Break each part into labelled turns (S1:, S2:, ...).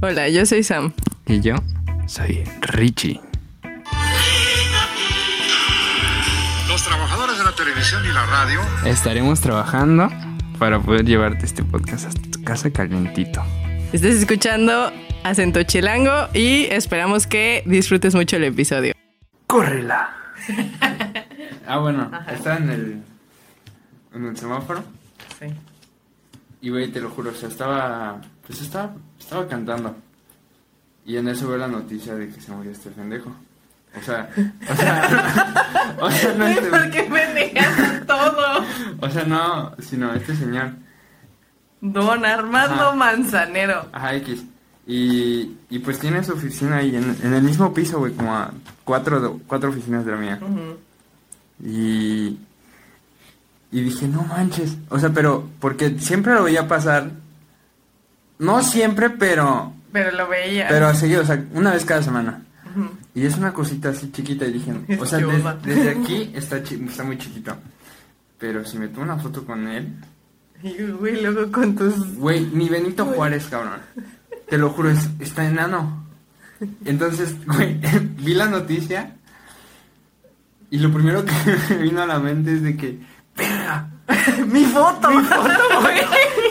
S1: Hola, yo soy Sam.
S2: Y yo soy Richie.
S3: Los trabajadores de la televisión y la radio
S2: Estaremos trabajando para poder llevarte este podcast hasta tu casa calientito.
S1: Estás escuchando Acento Chilango y esperamos que disfrutes mucho el episodio.
S2: ¡Córrela! ah, bueno, está en el, en el semáforo.
S1: Sí.
S2: Y güey, te lo juro, o sea, estaba. Pues estaba, estaba cantando. Y en eso veo la noticia de que se murió este pendejo. O sea, o sea, o sea, no este-
S1: me negas todo?
S2: o sea, no, sino este señor.
S1: Don Armando
S2: Ajá.
S1: Manzanero.
S2: Ajá, X. Y, y pues tiene su oficina ahí en, en el mismo piso, güey, como a cuatro, do- cuatro oficinas de la mía. Y, y dije, no manches. O sea, pero, porque siempre lo veía pasar. No siempre, pero,
S1: Pero lo veía.
S2: pero seguido, o sea, una vez cada semana. Y es una cosita así chiquita y dije, o sea,
S1: Qué
S2: des-
S1: onda.
S2: desde aquí está, chi- está muy chiquito. Pero si me tomo una foto con él,
S1: Y güey, luego con tus.
S2: Güey, mi Benito Juárez, cabrón. Te lo juro, es- está enano. Entonces, güey, vi la noticia y lo primero que me vino a la mente es de que, ¡perra! ¡Mi foto! ¡Mi foto,
S1: Todo pendejo.
S2: güey!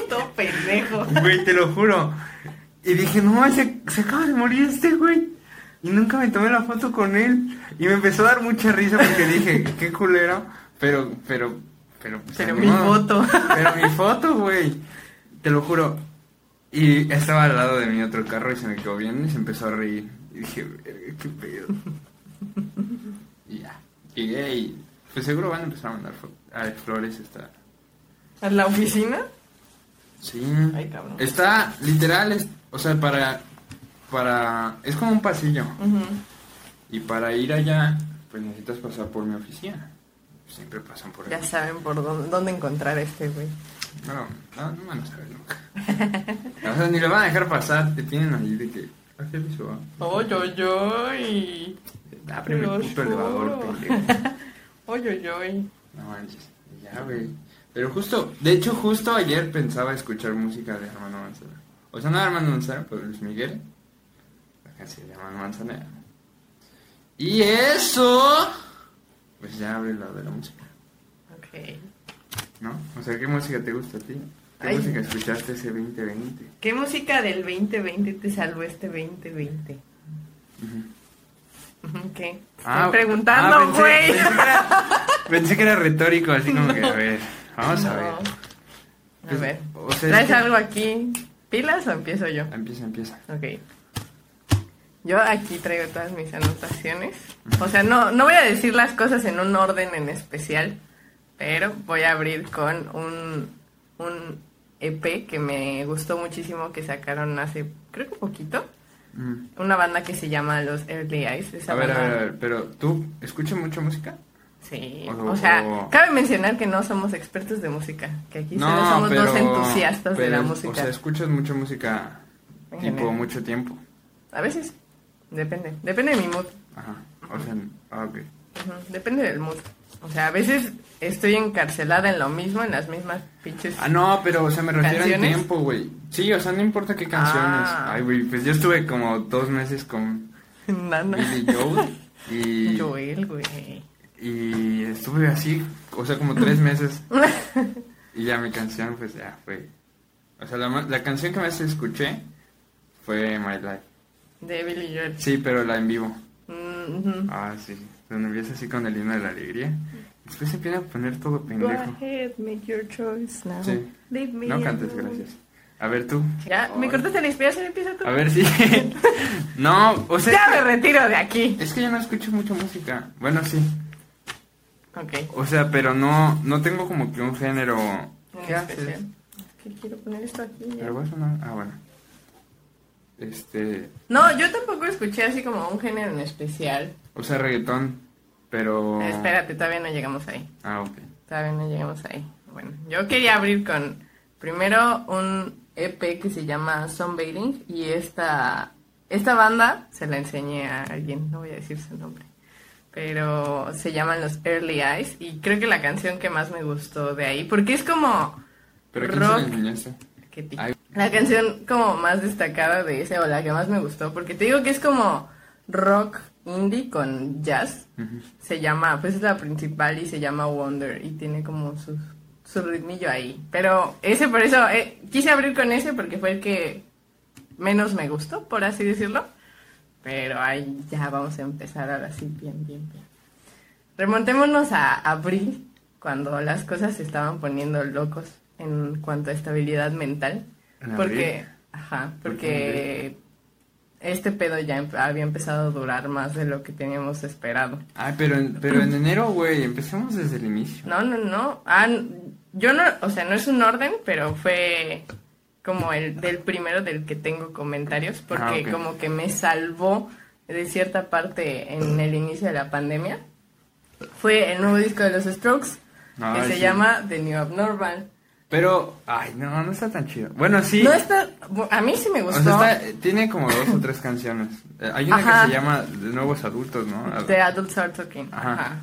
S2: Güey, te lo juro. Y dije, no, mames, se, se acaba de morir este güey. Y nunca me tomé la foto con él. Y me empezó a dar mucha risa porque dije, qué culero. Pero, pero, pero... pues,
S1: Pero
S2: ni
S1: mi
S2: modo.
S1: foto.
S2: Pero mi foto, güey. Te lo juro. Y estaba al lado de mi otro carro y se me quedó bien y se empezó a reír. Y dije, "Verga, qué pedo. Y ya. Llegué y. Pues seguro van a empezar a mandar fo- a ver, flores esta.
S1: ¿A la oficina?
S2: Sí.
S1: Ay, cabrón.
S2: Está literal, es- o sea, para. Para. Es como un pasillo. Y para ir allá, pues necesitas pasar por mi oficina. Siempre pasan por
S1: Ya
S2: ahí.
S1: saben por dónde, dónde encontrar a este güey.
S2: No, no, no van a saber nunca. O sea, ni lo van a dejar pasar. Te tienen ahí de que. ¿A qué piso va?
S1: Oy, oy, oy.
S2: Ábreme
S1: Lo
S2: el puto elevador,
S1: juro.
S2: pendejo.
S1: Oy, oy, oy.
S2: No manches. Ya, güey. Pero justo, de hecho, justo ayer pensaba escuchar música de Armando Manzanero. O sea, no de Armando Manzanero, pero Luis Miguel. La canción de Armando Manzanero. Y eso. Pues ya abre la de la música,
S1: Ok.
S2: ¿no? O sea, ¿qué música te gusta a ti? ¿Qué
S1: Ay.
S2: música escuchaste ese 2020?
S1: ¿Qué música del 2020 te salvó este 2020?
S2: Ujú.
S1: ¿Qué?
S2: Ah,
S1: Estoy preguntando,
S2: ah, pensé-
S1: güey.
S2: Pensé, que era- pensé que era retórico, así como que, a ver, vamos a
S1: No.
S2: ver.
S1: A ver.
S2: O sea, es
S1: ¿Traes
S2: que-
S1: algo aquí? ¿Pilas o empiezo yo?
S2: Empieza, empieza.
S1: Ok. Yo aquí traigo todas mis anotaciones. O sea, no, no voy a decir las cosas en un orden en especial, pero voy a abrir con un, un EP que me gustó muchísimo que sacaron hace, creo que poquito,
S2: Mm.
S1: una banda que se llama Los Early Eyes. Esa
S2: A ver, a
S1: banda-
S2: ver, a ver, pero ¿tú escuchas mucha música?
S1: Sí,
S2: Oh.
S1: o sea, cabe mencionar que no somos expertos de música, que aquí solo somos dos entusiastas de
S2: pero, pues,
S1: la música.
S2: O sea, escuchas mucha música
S1: En
S2: tipo
S1: general.
S2: mucho tiempo.
S1: A veces, depende, depende de mi mood,
S2: Ajá. O sea, ah, ok.
S1: ujú, depende del mood. O sea, a veces estoy encarcelada en lo mismo, en las mismas pinches.
S2: Ah, no, pero, o sea, me refiero al
S1: ¿Canciones?
S2: tiempo, güey. Sí, o sea, no importa qué canciones.
S1: Ah.
S2: Ay, güey, pues yo estuve como dos meses con
S1: nana.
S2: Billy Joel y...
S1: Joel, güey.
S2: Y estuve así, o sea, como tres meses. y ya mi canción, pues ya fue. O sea, la, ma- la canción que más escuché fue My Life.
S1: De Billy Joel.
S2: Sí, pero la en vivo.
S1: Mm, ujú.
S2: Ah, sí. Donde empieza así con el himno de la alegría. Después se empieza a poner todo
S1: Go
S2: pendejo.
S1: ahead, make your choice now.
S2: Sí.
S1: Leave me
S2: No cantes,
S1: alone.
S2: gracias. A ver tú.
S1: Ya, me cortaste la inspiración, empieza tú.
S2: A ver si. no, o sea.
S1: Ya
S2: es
S1: me
S2: que-
S1: retiro de aquí.
S2: Es que yo no escucho mucha música. Bueno, sí.
S1: Ok.
S2: O sea, pero no, no tengo como que un género. ¿Qué haces?
S1: Que quiero poner esto aquí. ya.
S2: Pero voy a sonar- Ah, bueno. Este.
S1: No, yo tampoco escuché así como un género en especial.
S2: O sea, reggaetón. Pero.
S1: Espérate, todavía no llegamos ahí.
S2: Ah, ok.
S1: Todavía no llegamos ahí. Bueno, yo quería abrir con primero un EP que se llama Sunbathing y esta, esta banda se la enseñé a alguien, no voy a decir su nombre, pero se llaman los Early Eyes y creo que la canción que más me gustó de ahí, porque es como
S2: ¿Pero a quién se
S1: Rock.
S2: le enseñaste?
S1: que ti-
S2: Ay,
S1: La canción como más destacada de ese o la que más me gustó, porque te digo que es como rock indie con jazz. Se llama, pues es la principal y se llama Wonder y tiene como su, su ritmillo ahí. Pero ese por eso eh, quise abrir con ese porque fue el que menos me gustó, por así decirlo. Pero ahí ya vamos a empezar ahora sí, bien, bien, bien. Remontémonos a abril, cuando las cosas se estaban poniendo locos en cuanto a estabilidad mental.
S2: ¿En
S1: Porque,
S2: abril?
S1: ajá,
S2: ¿Por qué
S1: porque este pedo ya empe- había empezado a durar más de lo que teníamos esperado.
S2: Ay, pero en, pero en enero, güey, empezamos desde el inicio.
S1: No, no, no. Ah, n- yo no, o sea, no es un orden, pero fue como el del primero del que tengo comentarios, porque
S2: Ah, ok.
S1: como que me salvó de cierta parte en el inicio de la pandemia. Fue el nuevo disco de los Strokes, que
S2: Ay,
S1: se
S2: sí.
S1: llama The New Abnormal.
S2: Pero, ay, no, no está tan chido. Bueno, sí.
S1: No está, a mí sí me
S2: o
S1: gustó.
S2: sea, está- tiene como dos o tres canciones. Eh, Hay una
S1: Ajá.
S2: que se llama De Nuevos Adultos, ¿no? A-
S1: The Adults Are Talking.
S2: Ajá.
S1: Ajá.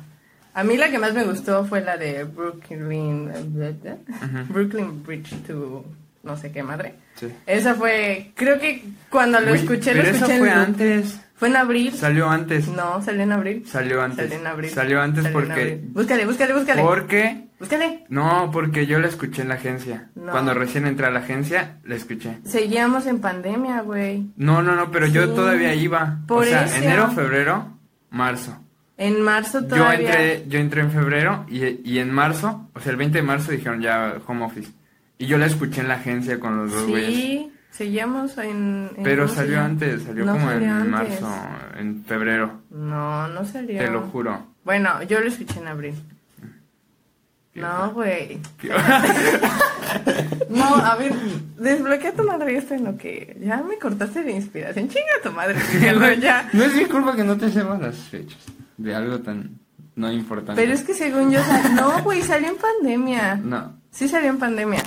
S1: A mí la que más me gustó fue la de Brooklyn, Brooklyn Bridge to no sé qué madre.
S2: Sí.
S1: Esa fue, creo que cuando lo
S2: Güey,
S1: escuché, lo
S2: pero eso
S1: escuché en
S2: fue
S1: loop.
S2: antes.
S1: ¿Fue en abril?
S2: Salió antes.
S1: No, salió en abril.
S2: Salió antes.
S1: Salió en abril.
S2: Salió antes
S1: Salió en
S2: porque-
S1: abril. Búscale, búscale, búscale.
S2: Porque.
S1: Búscale.
S2: No, porque yo la escuché en la agencia.
S1: No.
S2: Cuando recién entré a la agencia, la escuché.
S1: Seguíamos en pandemia, güey.
S2: No, no, no, pero yo
S1: Sí.
S2: todavía iba.
S1: Por
S2: o sea,
S1: eso.
S2: enero, febrero, marzo.
S1: En marzo
S2: Yo
S1: todavía.
S2: entré, yo entré en febrero y, y en marzo, o sea, el 20 de marzo dijeron ya home office. Y yo la escuché en la agencia con los dos güeyes.
S1: Sí, seguíamos en. en-
S2: Pero
S1: ¿cómo se
S2: salió
S1: llama?
S2: antes, salió
S1: No
S2: como
S1: salió
S2: en
S1: antes.
S2: marzo, en febrero,
S1: No, no salió.
S2: te lo juro.
S1: Bueno, yo lo escuché en abril. No, güey. No, a ver, desbloquea tu madre esto en lo que ya me cortaste de inspiración. Chinga tu madre, Ricardo, ya.
S2: No es mi culpa que no te sepas las fechas de algo tan no importante.
S1: Pero es que según yo, sal- no, güey, salió en pandemia.
S2: No,
S1: Sí salió en pandemia.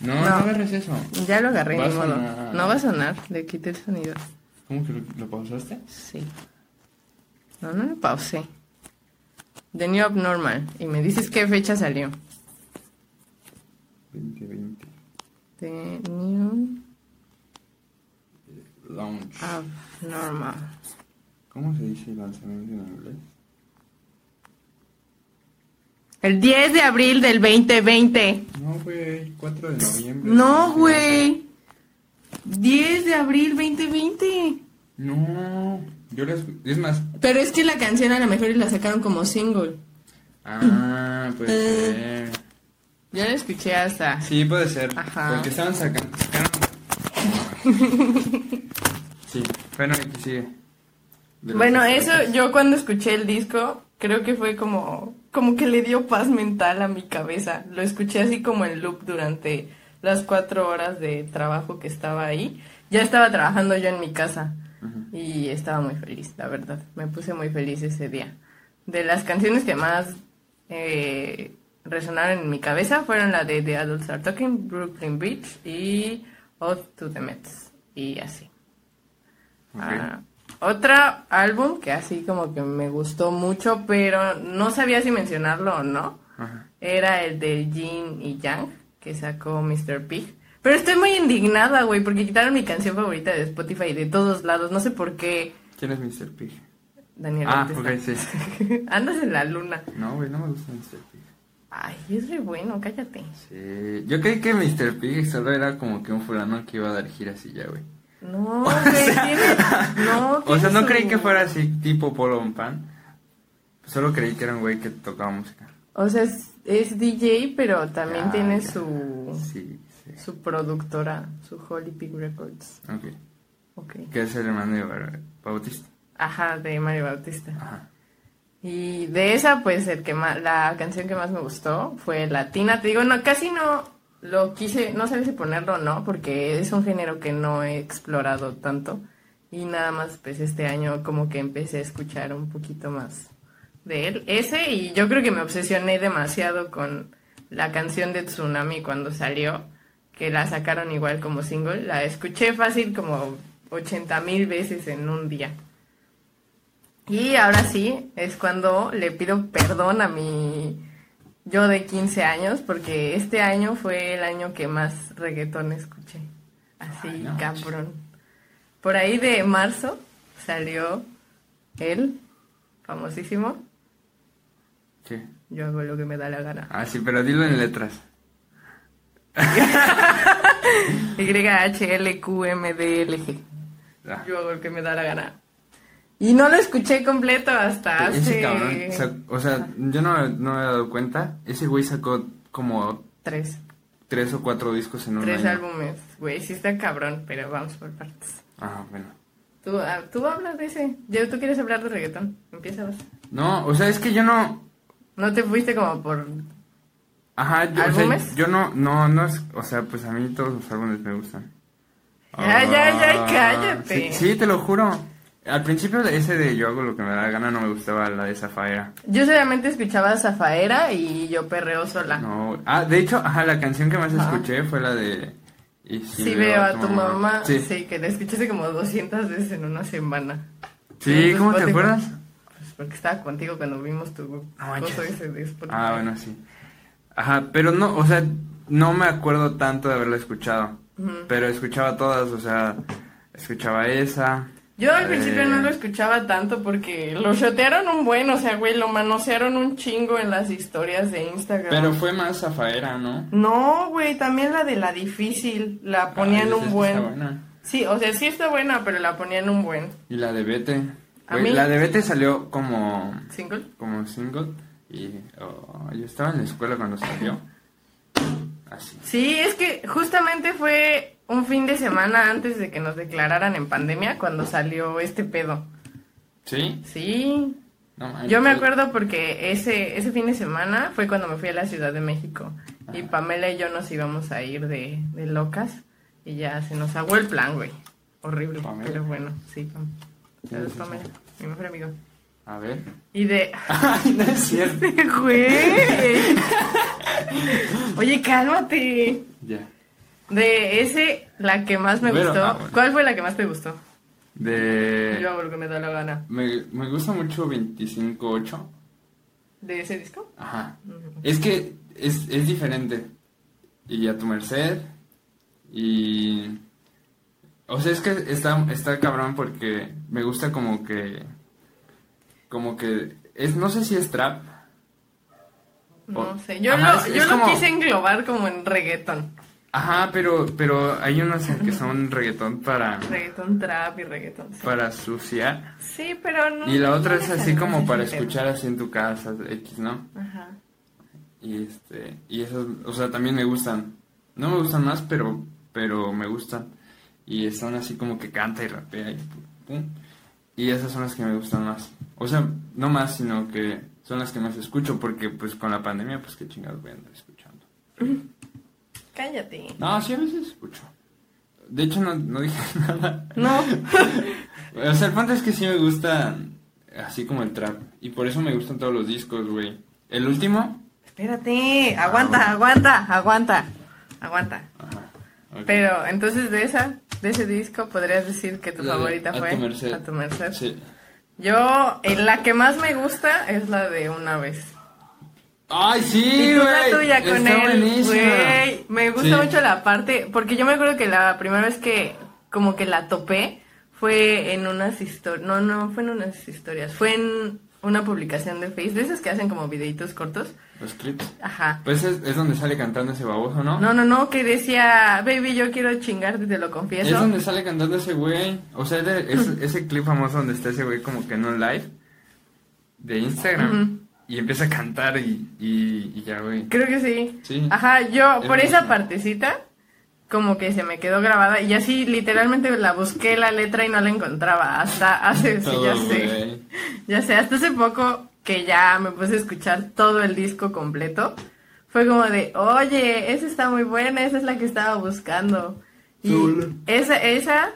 S2: no,
S1: No.
S2: no agarres eso.
S1: Ya lo agarré,
S2: Va a
S1: ni modo.
S2: sonar.
S1: No va a sonar, le quité el sonido.
S2: ¿Cómo que lo, lo pausaste?
S1: Sí. No, no le pausé. The New Abnormal. Y me dices qué fecha salió.
S2: 2020.
S1: The New
S2: Launch.
S1: Abnormal.
S2: ¿Cómo se dice lanzamiento en inglés?
S1: El 10 de abril del 2020.
S2: No, güey, 4 de noviembre.
S1: No, güey. 10 de abril 2020.
S2: No, yo las... Es más...
S1: Pero es que la canción a lo mejor y la sacaron como single.
S2: Ah, puede ser.
S1: Yo la escuché hasta.
S2: Sí, puede ser.
S1: Ajá.
S2: Porque estaban sacando... Sí, bueno, aquí sigue. De los
S1: Bueno, eso
S2: expertos.
S1: yo cuando escuché el disco, creo que fue como. Como que le dio paz mental a mi cabeza. Lo escuché así como en loop durante las cuatro horas de trabajo que estaba ahí. Ya estaba trabajando yo en mi casa. Y estaba muy feliz, la verdad. Me puse muy feliz ese día. De las canciones que más eh, resonaron en mi cabeza fueron la de The Adults Are Talking, Brooklyn Beach y Oath to the Mets. Y así.
S2: Ok.
S1: Ah, otro álbum que así como que me gustó mucho, pero no sabía si mencionarlo o no,
S2: Ajá.
S1: era el de Jin y Yang que sacó Mr. Pig. Pero estoy muy indignada, güey, porque quitaron mi canción favorita de Spotify de todos lados. No sé por qué,
S2: ¿Quién es Mr. Pig?
S1: Daniel.
S2: Ah,
S1: Ortiz.
S2: ok,
S1: Andas en la luna.
S2: No, güey, no me gusta Mr. Pig.
S1: Ay, es re bueno, cállate.
S2: Sí, yo creí que Mr. Pig solo era como que un fulano que iba a dar giras y ya, güey.
S1: No, güey, tiene... No,
S2: O sea,
S1: tiene
S2: no
S1: su-
S2: creí que fuera así tipo Polo and Pan. Solo creí que era un güey que tocaba música.
S1: O sea, es, es DJ, pero también
S2: Ya,
S1: tiene
S2: ya.
S1: su...
S2: Sí, sí.
S1: Su productora, su Holy Pig Records.
S2: Ok.
S1: Ok.
S2: Que es el hermano de Bar- Bautista.
S1: Ajá, de Mario Bautista.
S2: Ajá.
S1: Y de esa, pues, el que ma- la canción que más me gustó fue Latina. Te digo, no, casi no lo quise, no sabía si ponerlo o no, porque es un género que no he explorado tanto. Y nada más, pues, este año como que empecé a escuchar un poquito más de él. Ese, y yo creo que me obsesioné demasiado con la canción de Tsunami cuando salió, que la sacaron igual como single. La escuché fácil como 80 mil veces en un día. Y ahora sí, es cuando le pido perdón a mi yo de 15 años, porque este año fue el año que más reggaetón escuché. Así,
S2: Ay, no
S1: cabrón. Por ahí de marzo salió el famosísimo
S2: ¿Qué?
S1: Yo hago lo que me da la gana.
S2: Ah, sí, pero dilo en letras.
S1: YHLQMDLG.
S2: Ah,
S1: Yo hago lo que me da la gana. Y no lo escuché completo hasta
S2: Ese
S1: hace
S2: cabrón, sac- o sea, yo no, no me he dado cuenta. Ese güey sacó como
S1: tres,
S2: tres o cuatro discos en un
S1: tres
S2: año.
S1: álbumes. Güey, sí está cabrón, pero vamos por partes.
S2: Ah, bueno.
S1: Tú, ah, tú hablas de ese. Yo, tú quieres hablar de reggaetón. Empieza vos.
S2: No, o sea, es que yo no.
S1: No te fuiste como por...
S2: Ajá, yo, o sea,
S1: ¿Álbumes?
S2: yo no, no, no es. O sea, pues a mí todos los álbumes me gustan.
S1: Ya, ya, ya,
S2: Ah,
S1: cállate.
S2: Sí, sí, te lo juro. Al principio de ese de yo hago lo que me da la gana no me gustaba la de Zafaera.
S1: Yo solamente escuchaba Zafaera y yo perreo sola.
S2: No. Ah, de hecho, ajá, la canción que más
S1: Ajá.
S2: escuché fue la de. Y
S1: Sí, veo a tu mamá. Sí. que la escuchaste como 200 veces en una semana.
S2: Sí,
S1: Entonces,
S2: ¿cómo te
S1: ponte-
S2: acuerdas?
S1: Pues porque estaba contigo cuando vimos tu
S2: manches.
S1: coso ese de Spotify.
S2: Ah, bueno, sí. Ajá, pero no, o sea, no me acuerdo tanto de haberla escuchado. Pero escuchaba todas, o sea, escuchaba esa.
S1: Yo al
S2: eh,
S1: principio no lo escuchaba tanto porque lo shotearon un buen, o sea, güey, lo manosearon un chingo en las historias de Instagram.
S2: Pero fue más Zafaera, ¿no?
S1: No, güey, también la de la difícil, la
S2: Ah,
S1: ponían
S2: esa
S1: un
S2: está
S1: buen.
S2: buena.
S1: Sí, o sea, sí está buena, pero la ponían un buen.
S2: Y la de Bete.
S1: A
S2: Güey,
S1: mí-
S2: La de Bete salió como,
S1: ¿Single?
S2: como single. Y oh, yo estaba en la escuela cuando salió. Así.
S1: Sí, es que justamente fue un fin de semana antes de que nos declararan en pandemia cuando salió este pedo.
S2: ¿Sí?
S1: Sí,
S2: No, man,
S1: yo me
S2: fue-
S1: acuerdo porque ese, ese fin de semana fue cuando me fui a la Ciudad de México y Pamela y yo nos íbamos a ir de, de locas y ya se nos aguó el plan, güey. Horrible,
S2: Pamela.
S1: pero bueno, sí, Pam.
S2: ¿Quién
S1: Saludos,
S2: es esa?
S1: Pamela, mi mejor amigo.
S2: A ver.
S1: Y de...
S2: Ay, no es cierto.
S1: güey. Oye, cálmate.
S2: Ya.
S1: De ese, la que más me
S2: Bueno,
S1: gustó.
S2: ah, bueno. Eh.
S1: ¿Cuál fue la que más te gustó?
S2: De...
S1: Yo hago lo que me da la gana.
S2: Me, me gusta mucho 25.8.
S1: ¿De ese disco?
S2: Ajá. Es que es, es diferente. Y a tu merced. Y... O sea, es que está, está cabrón porque me gusta como que... Como que... Es, no sé si es trap.
S1: No
S2: Oh.
S1: sé. Yo
S2: Ajá,
S1: lo,
S2: es-
S1: yo
S2: es
S1: lo
S2: como-
S1: quise englobar como en reggaeton.
S2: Ajá, pero, pero hay unos que son reggaetón para,
S1: Reggaeton trap y reggaeton. Sí,
S2: para suciar.
S1: Sí, pero no.
S2: Y la otra
S1: no
S2: es
S1: me
S2: así
S1: salió
S2: como
S1: ese
S2: para
S1: tema.
S2: escuchar así en tu casa, X, ¿no?
S1: Ajá.
S2: Y este, y esas, o sea, también me gustan. No me gustan más, pero, pero me gustan. Y son así como que canta y rapea y pu- pum. Y esas son las que me gustan más. O sea, no más, sino que son las que más escucho, porque pues con la pandemia, pues qué chingados voy a andar escuchando.
S1: Cállate.
S2: No, sí a veces escucho. De hecho, no, no dije nada.
S1: No.
S2: O sea, el punto es que sí me gusta así como el trap. Y por eso me gustan todos los discos, güey. El último.
S1: Espérate. Aguanta,
S2: Ah,
S1: aguanta, aguanta. Aguanta.
S2: Ajá. ok.
S1: Pero entonces de esa, de ese disco, podrías decir que tu
S2: La de
S1: favorita
S2: A
S1: fue
S2: tu merced.
S1: A tu merced.
S2: Sí.
S1: Yo, eh, la que más me gusta es la de Una vez.
S2: Ay, sí,
S1: Y tú la
S2: güey.
S1: tuya con
S2: Está
S1: él,
S2: buenísima.
S1: güey. Me gusta
S2: Sí.
S1: mucho la parte, porque yo me acuerdo que la primera vez que como que la topé fue en unas historias, no, no fue en unas historias, fue en una publicación de Facebook, de esas que hacen como videitos cortos.
S2: Los clips.
S1: Ajá.
S2: Pues es, es donde sale cantando ese baboso, ¿no?
S1: No, no, no, que decía, baby, yo quiero chingarte, te lo
S2: Es
S1: confieso.
S2: donde sale cantando ese güey. O sea, es de- es- ese clip famoso donde está ese güey como que en un live de Instagram. Y empieza a cantar y, y, y ya, güey.
S1: Creo que sí.
S2: Sí.
S1: Ajá, yo
S2: Es
S1: por esa
S2: buenísimo.
S1: partecita como que se me quedó grabada y así literalmente la busqué la letra y no la encontraba hasta hace, sí,
S2: Todo,
S1: ya sé.
S2: güey.
S1: Ya sé, hasta hace poco que ya me puse a escuchar todo el disco completo, fue como de, oye, esa está muy buena, esa es la que estaba buscando. Y
S2: Sola.
S1: esa, esa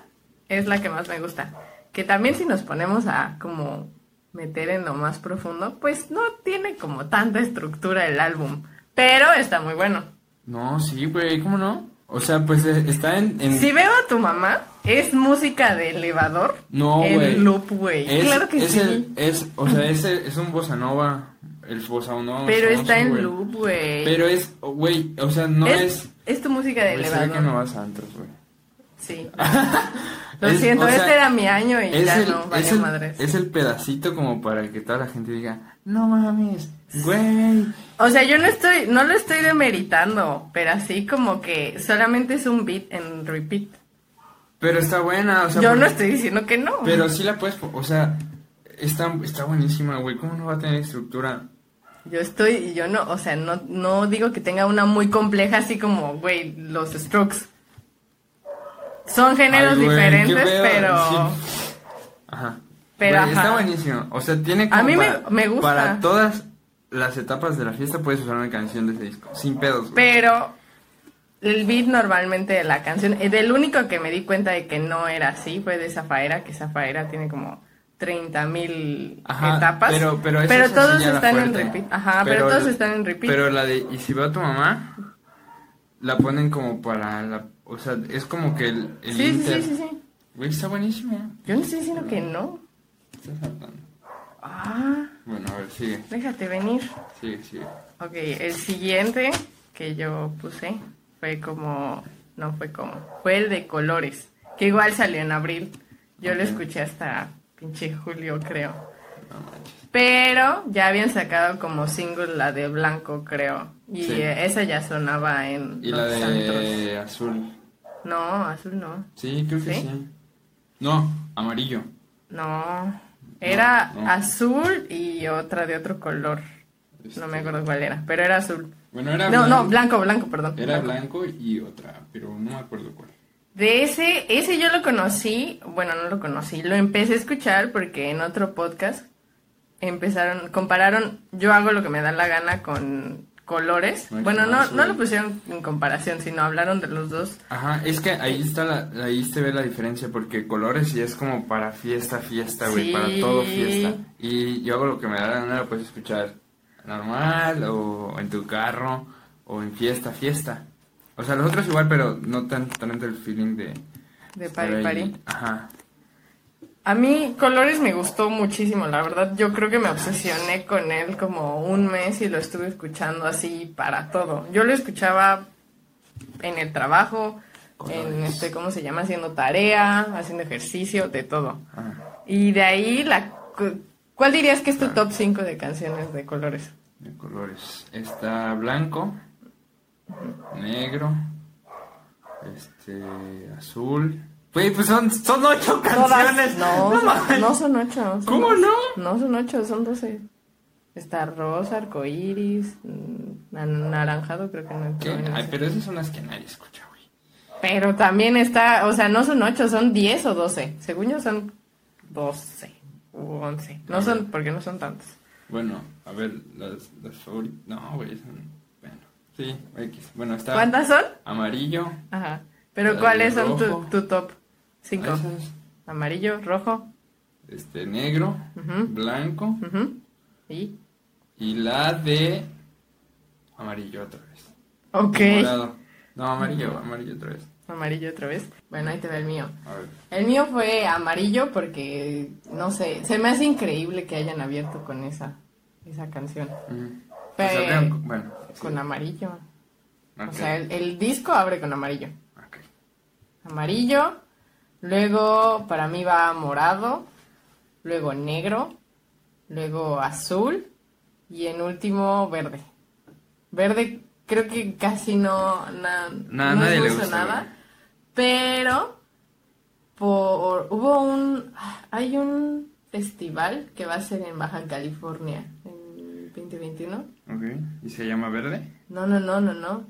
S1: es la que más me gusta. Que también si nos ponemos a como meter en lo más profundo, pues no tiene como tanta estructura el álbum, pero está muy bueno.
S2: No, sí, güey, ¿cómo no? O sea, pues eh, está en... en-
S1: Si veo a tu mamá, es música de elevador.
S2: No,
S1: en
S2: güey.
S1: loop, güey.
S2: Es-
S1: Claro que
S2: es
S1: sí.
S2: el- es, o sea, ese es un bossa nova el fosa no.
S1: Pero
S2: no
S1: está
S2: sé,
S1: en
S2: güey.
S1: loop, güey.
S2: Pero es, güey, o sea, no es.
S1: es, es tu música de
S2: güey, se ve
S1: elevador.
S2: que no vas a antros, güey.
S1: Sí. Lo
S2: Es-
S1: siento,
S2: o sea,
S1: este era mi año y
S2: Es
S1: ya
S2: el,
S1: no,
S2: es,
S1: vaya
S2: el,
S1: madres.
S2: es el pedacito como para que toda la gente diga, no mames, güey.
S1: O sea, yo no estoy, no lo estoy demeritando, pero así como que solamente es un beat en repeat.
S2: Pero está buena, o sea.
S1: Yo no
S2: porque-
S1: estoy diciendo que no.
S2: Pero sí la puedes, po- o sea, está, está buenísima, güey. ¿Cómo no va a tener estructura?
S1: Yo estoy, yo no, o sea, no, no digo que tenga una muy compleja así como, güey, los strokes. Son géneros
S2: Ay, güey,
S1: diferentes,
S2: qué pedo,
S1: pero...
S2: sí. Ajá.
S1: Pero,
S2: Güey, Está
S1: ajá.
S2: buenísimo. O sea, tiene como
S1: A mí me-
S2: para-
S1: me gusta.
S2: Para todas las etapas de la fiesta puedes usar una canción de ese disco. Sin pedos, güey.
S1: Pero el beat normalmente de la canción, eh, del único que me di cuenta de que no era así fue de Zafaera, que Zafaera tiene como 30.000
S2: Ajá,
S1: etapas.
S2: Pero, pero, esa es
S1: todos
S2: enseñada
S1: están en
S2: fuerte.
S1: repeat. Ajá, pero, todos
S2: la-
S1: están en repeat.
S2: Pero la de Y si va tu mamá, la ponen como para la. O sea, es como que el. el
S1: sí, sí,
S2: inter-
S1: sí, sí, sí.
S2: Güey, está buenísimo.
S1: Yo no estoy diciendo que no.
S2: Está saltando.
S1: Ah,
S2: Bueno, a ver, sigue,
S1: déjate venir.
S2: sigue, sigue.
S1: Ok, el siguiente que yo puse fue como, no fue como, fue el de colores, que igual salió en abril. Yo lo
S2: Ok.
S1: escuché hasta pinche julio, creo.
S2: No manches.
S1: Pero ya habían sacado como single la de blanco, creo. Y
S2: Sí.
S1: eh, esa ya sonaba en
S2: Y
S1: los
S2: la de
S1: antros.
S2: azul.
S1: No, azul no.
S2: Sí, creo que
S1: ¿Sí?
S2: sí. No, amarillo.
S1: No. Era
S2: no.
S1: azul y otra de otro color. No me
S2: Este,
S1: acuerdo cuál era, pero era azul.
S2: Bueno, era
S1: no,
S2: blanco.
S1: no, blanco, blanco, perdón.
S2: Era blanco y otra, pero no me acuerdo cuál.
S1: De ese, ese yo lo conocí, bueno, no lo conocí, lo empecé a escuchar porque en otro podcast empezaron, compararon Yo hago lo que me da la gana con colores.
S2: Ay,
S1: bueno,
S2: qué
S1: no,
S2: asco.
S1: no lo pusieron en comparación, sino hablaron de los dos.
S2: Ajá, es que ahí está la, ahí se ve la diferencia porque colores y es como para fiesta, fiesta, güey,
S1: Sí.
S2: para todo fiesta. Y yo hago lo que me da la gana, lo puedes escuchar normal o en tu carro o en fiesta, fiesta. O sea, los otros igual, pero no tan tanto el feeling de
S1: De
S2: estar
S1: pari
S2: ahí.
S1: pari.
S2: Ajá.
S1: A mí colores me gustó muchísimo, la verdad. Yo creo que me obsesioné con él como un mes y lo estuve escuchando así para todo. Yo lo escuchaba en el trabajo, en
S2: Colores.
S1: este, ¿cómo se llama? Haciendo tarea, haciendo ejercicio, de todo.
S2: Ah,
S1: Y de ahí la cu- ¿cuál dirías que es tu top 5 de canciones de colores?
S2: de colores. Está blanco, negro, este azul. Güey, pues son, son ocho canciones.
S1: No,
S2: no
S1: no,
S2: mames.
S1: son 8.
S2: ¿Cómo no?
S1: No son 8, son 12. Está rosa, arcoíris, mm, nan- naranjado, creo que no entró
S2: ¿Qué?
S1: en
S2: Ay,
S1: ese.
S2: pero esas son las que nadie escucha, güey.
S1: Pero también está, o sea, no son 8, son 10 o 12. Según yo son 12 u 11. No son, porque no son tantos.
S2: Bueno, a ver, las, las favoritas. No, güey, son. Bueno, sí, X. Bueno, está
S1: ¿Cuántas son?
S2: amarillo.
S1: Ajá. Pero
S2: La
S1: ¿cuáles
S2: de
S1: son tu,
S2: rojo.
S1: tu top 5?
S2: esas,
S1: Amarillo, rojo.
S2: este, negro,
S1: Ujú.
S2: blanco.
S1: ujú, Y.
S2: Y la de. Amarillo otra vez.
S1: Ok.
S2: Morado. No, amarillo, amarillo otra vez.
S1: Amarillo otra vez. Bueno, ahí te va el mío.
S2: A ver.
S1: El mío fue amarillo porque, no sé, se me hace increíble que hayan abierto con esa, esa canción.
S2: Ujú.
S1: Fue-
S2: O sea, blanco, bueno. sí.
S1: Pues, Con amarillo. O
S2: Ok,
S1: sea, el- el disco abre con amarillo.
S2: ok.
S1: amarillo, luego para mí va morado, luego negro, luego azul y en último verde. Verde creo que casi no, na-
S2: Na-
S1: no
S2: nadie le
S1: puso
S2: gusta, güey.
S1: nada, pero por, hubo un, hay un festival que va a ser en Baja California en 2021.
S2: Ok. ¿Y se llama verde?
S1: No, no, no, no, no.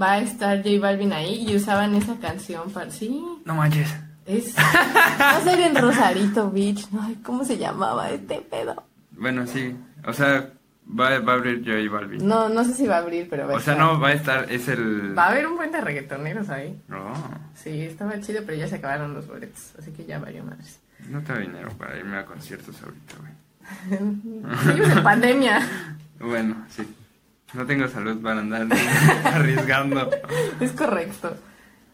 S1: Va a estar J Balvin ahí y usaban esa canción para... Sí,
S2: No manches.
S1: es. Va a ser en Rosarito Beach. Ay, ¿cómo se llamaba este pedo?
S2: Bueno, sí. O sea, va, va a abrir yo y Balvin.
S1: No, no sé si va a abrir, pero va a
S2: O sea,
S1: estar.
S2: no va a estar, es el...
S1: Va a haber un buen de reggaetoneros ahí.
S2: No,
S1: Sí, estaba chido, pero ya se acabaron los boletos. Así que ya valió madres.
S2: no tengo dinero para irme a conciertos ahorita, güey.
S1: Seguimos en pandemia.
S2: Bueno, sí. No tengo salud para andar arriesgando.
S1: Es correcto.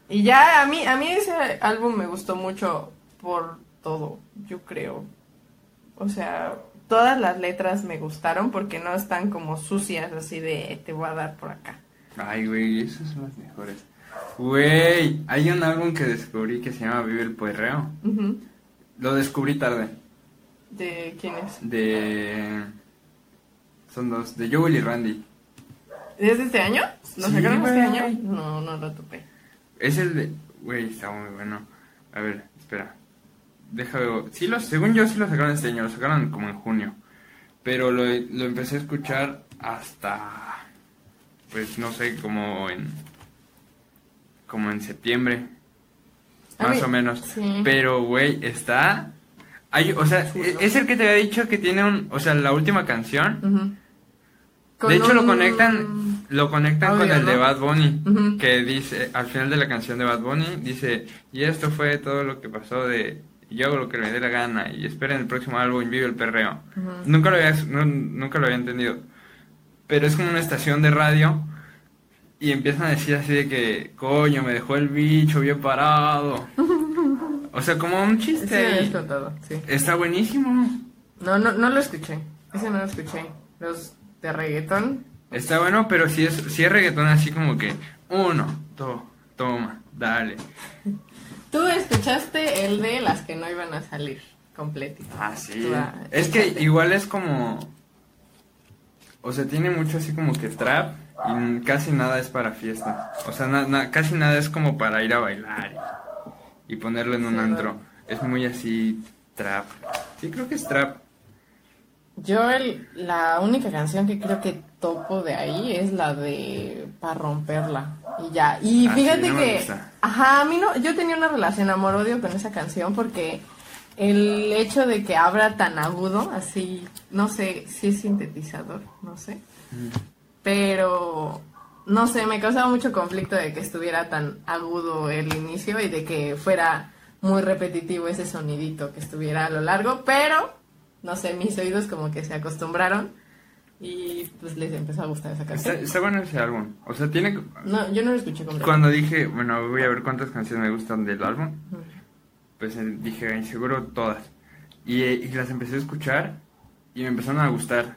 S1: Y ya a mí, a mí ese álbum me gustó mucho por todo, yo creo. O sea, todas las letras me gustaron porque no están como sucias así de te voy a dar por acá.
S2: Ay, güey, esas son las mejores. Güey, hay un álbum que descubrí que se llama Vive el Puerreo.
S1: Ujú.
S2: Lo descubrí tarde.
S1: ¿De quién es?
S2: De. Son dos, de Joel y Randy.
S1: ¿Es de este año? ¿Lo
S2: Sí,
S1: sacaron este
S2: güey.
S1: año? No, no lo topé.
S2: Es el de. Güey, está muy bueno. A ver, espera. Déjame. ver. Sí, los, según yo, sí lo sacaron este año. Lo sacaron como en junio. Pero lo, lo empecé a escuchar hasta. Pues no sé, como en. Como en septiembre.
S1: A
S2: Más
S1: mí-
S2: o menos.
S1: sí.
S2: Pero, güey, está. Hay, o sea,
S1: Chulo.
S2: e- es el que te había dicho que tiene un. O sea, la última canción.
S1: Ujú. Con
S2: De hecho, lo
S1: un-
S2: conectan, lo conectan con
S1: audio,
S2: el de
S1: ¿no?
S2: Bad Bunny,
S1: Ujú.
S2: que dice, al final de la canción de Bad Bunny, dice, y esto fue todo lo que pasó de, yo hago lo que me dé la gana, y esperen el próximo álbum, vive el perreo.
S1: Ujú.
S2: Nunca lo había, nu- nunca lo había entendido. Pero es como una estación de radio, y empiezan a decir así de que, coño, me dejó el bicho bien parado. o sea, como un
S1: Sí,
S2: chiste. ahí.
S1: es todo, sí.
S2: Está buenísimo.
S1: No, no, no lo escuché. Ese no lo escuché. Los de reggaetón.
S2: Está bueno, pero si es, si es reggaetón así como que uno, dos, toma, dale.
S1: Tú escuchaste el de las que no iban a salir completito.
S2: Así.
S1: Tú, ah,
S2: Es que
S1: échate.
S2: igual es como. O sea, tiene mucho así como que trap y n- casi nada es para fiesta. O sea, na- na- casi nada es como para ir a bailar y, y ponerlo en un
S1: Sí,
S2: antro. Es muy así trap. Sí, creo que es trap.
S1: Yo el- la única canción que creo que topo de ahí es la de para romperla y ya. Y
S2: Ah, sí,
S1: fíjate
S2: no me
S1: que
S2: gusta.
S1: ajá, a mí no yo tenía una relación amor odio con esa canción porque el hecho de que abra tan agudo, así, no sé si es sintetizador, no sé. Pero no sé, me causaba mucho conflicto de que estuviera tan agudo el inicio y de que fuera muy repetitivo ese sonidito que estuviera a lo largo, pero no sé, mis oídos como que se acostumbraron y pues les empezó a gustar esa
S2: Está,
S1: canción.
S2: está bueno ese álbum. O sea, tiene.
S1: No, yo no lo escuché completo.
S2: Cuando dije, bueno, voy a ver cuántas canciones me gustan del álbum. pues eh, dije, "Ay, seguro todas. Y, eh, y las empecé a escuchar y me empezaron a gustar.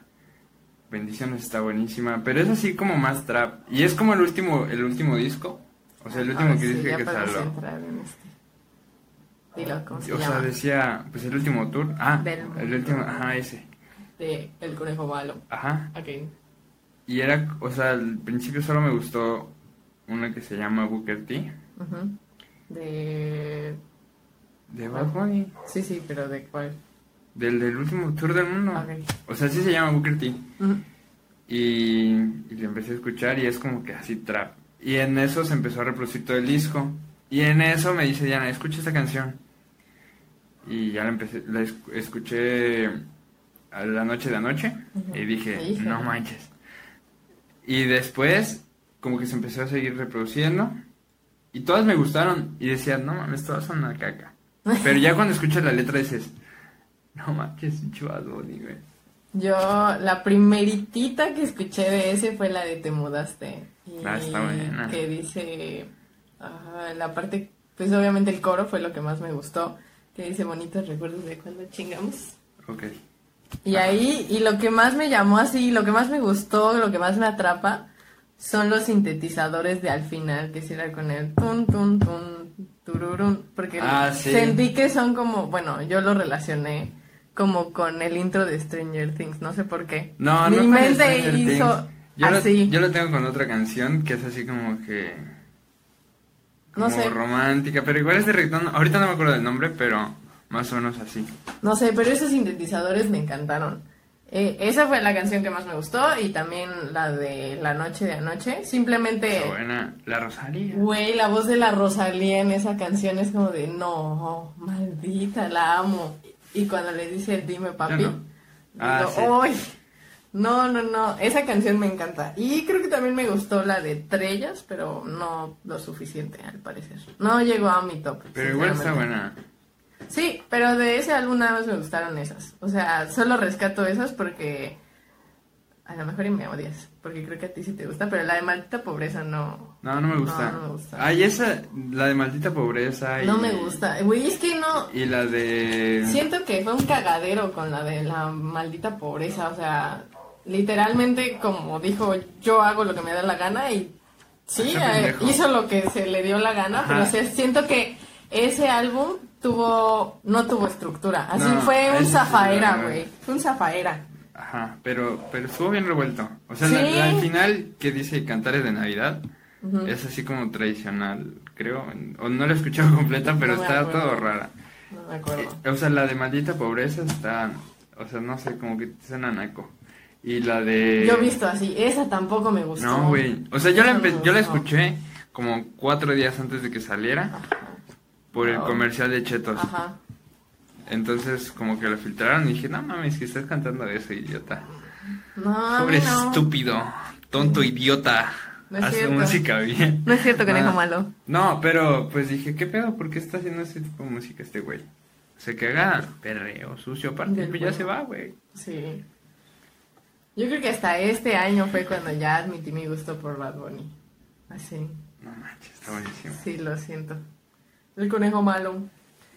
S2: Bendiciones está buenísima, pero es así como más trap. Y es como el último, el último disco. O sea, el último
S1: Ahora
S2: que
S1: sí,
S2: dije
S1: ya
S2: que
S1: podemos
S2: salió.
S1: entrar en este. Dilo, ¿cómo se
S2: O sea,
S1: llama?
S2: decía, pues el último tour. Ah,
S1: Del
S2: el
S1: mundo.
S2: último, ajá, ese.
S1: De El Conejo Malo.
S2: Ajá.
S1: Ok.
S2: Y era, o sea, al principio solo me gustó una que se llama Booker T.
S1: Ujú. De...
S2: De Bad Bunny.
S1: Sí, sí, pero ¿de cuál?
S2: Del, del último tour del mundo.
S1: Ok.
S2: O sea, sí se llama Booker T.
S1: Ujú.
S2: y, y le empecé a escuchar y es como que así trap. Y en eso se empezó a reproducir todo el disco. Y en eso me dice Diana, escucha esta canción. Y ya la empecé, la es- escuché a la noche de anoche
S1: Ujú.
S2: y dije,
S1: Híjole.
S2: no manches. Y después como que se empezó a seguir reproduciendo y todas me gustaron y decía, no mames, todas son una caca. Pero ya cuando escuchas la letra dices, no manches, chivas, güey.
S1: Yo, la primeritita que escuché de ese fue la de Te Mudaste. Y
S2: Ah, está buena.
S1: Que dice, ah, la parte, pues obviamente el coro fue lo que más me gustó, que dice bonitos recuerdos de cuando chingamos.
S2: Ok.
S1: Y ahí, y lo que más me llamó así, lo que más me gustó, lo que más me atrapa, son los sintetizadores de al final, que será con el tun, tun, tun, tururun, porque
S2: Ah, sí.
S1: sentí que son como, bueno, yo lo relacioné como con el intro de Stranger Things, no sé por qué.
S2: No,
S1: Mi
S2: no con
S1: mente
S2: Stranger Things.
S1: hizo
S2: yo
S1: así.
S2: Lo, yo lo tengo con otra canción que es así como que.
S1: No
S2: Como
S1: sé.
S2: romántica, pero igual es de reggaetón. Ahorita no me acuerdo del nombre, pero más o menos así.
S1: No sé, pero esos sintetizadores me encantaron. Eh, esa fue la canción que más me gustó y también la de La Noche de Anoche. Simplemente...
S2: Está buena. La Rosalía.
S1: Güey, la voz de la Rosalía en esa canción es como de, no, maldita, la amo. Y cuando le dice, dime papi,
S2: Yo no. Ah,
S1: digo,
S2: sí.
S1: "Ay". No, no, no, esa canción me encanta. Y creo que también me gustó la de Trellas, pero no lo suficiente, al parecer. No llegó a mi top.
S2: Pero igual está
S1: sinceramente.
S2: buena.
S1: Sí, pero de ese álbum nada más me gustaron esas. O sea, solo rescato esas porque A lo mejor y me odias, porque creo que a ti sí te gusta, pero la de maldita pobreza no.
S2: No, no me gusta.
S1: No, no me gusta.
S2: Ay, esa, la de maldita pobreza. Y,
S1: No me gusta. Güey, es que no.
S2: Y la de.
S1: Siento que fue un cagadero con la de la maldita pobreza. O sea, literalmente, como dijo, yo hago lo que me da la gana y sí,
S2: Ese
S1: eh,
S2: pendejo.
S1: hizo lo que se le dio la gana,
S2: Ajá.
S1: pero o sea, siento que ese álbum tuvo no tuvo estructura. Así
S2: No,
S1: fue un
S2: ese sí,
S1: zafaera,
S2: no, no.
S1: güey. Fue un zafaera.
S2: Ajá, pero, pero estuvo bien revuelto. O sea, la-
S1: Sí.
S2: la- al final que dice Cantares de Navidad es así como tradicional, creo. O no la he escuchado completa, pero
S1: No me
S2: está
S1: acuerdo.
S2: todo rara.
S1: No me acuerdo.
S2: Eh, O sea, la de Maldita Pobreza está. O sea, no sé, como que suena naco. Y la de.
S1: Yo he visto así, esa tampoco me gustó.
S2: Eh, No, güey. O sea, yo la,
S1: Esa no
S2: empe-
S1: me
S2: yo la
S1: gustó.
S2: escuché como cuatro días antes de que saliera por el
S1: Ah.
S2: comercial de Chetos.
S1: Ajá.
S2: Entonces, como que lo filtraron y dije, no mames, que estás cantando eso, idiota.
S1: No, a mí
S2: Pobre
S1: Ah, no.
S2: estúpido, tonto idiota.
S1: No es
S2: Hace
S1: cierto.
S2: música bien.
S1: No es cierto que
S2: dijo
S1: dijo malo.
S2: No, pero pues dije, ¿qué pedo? ¿Por qué está haciendo ese tipo de música este güey? O sea, que haga perreo sucio aparte,
S1: Del
S2: pues ya
S1: bueno.
S2: se va, güey.
S1: Sí. Yo creo que hasta este año fue cuando ya admití mi gusto por Bad Bunny. Así.
S2: No manches, está buenísimo.
S1: Sí, lo siento. El conejo malo.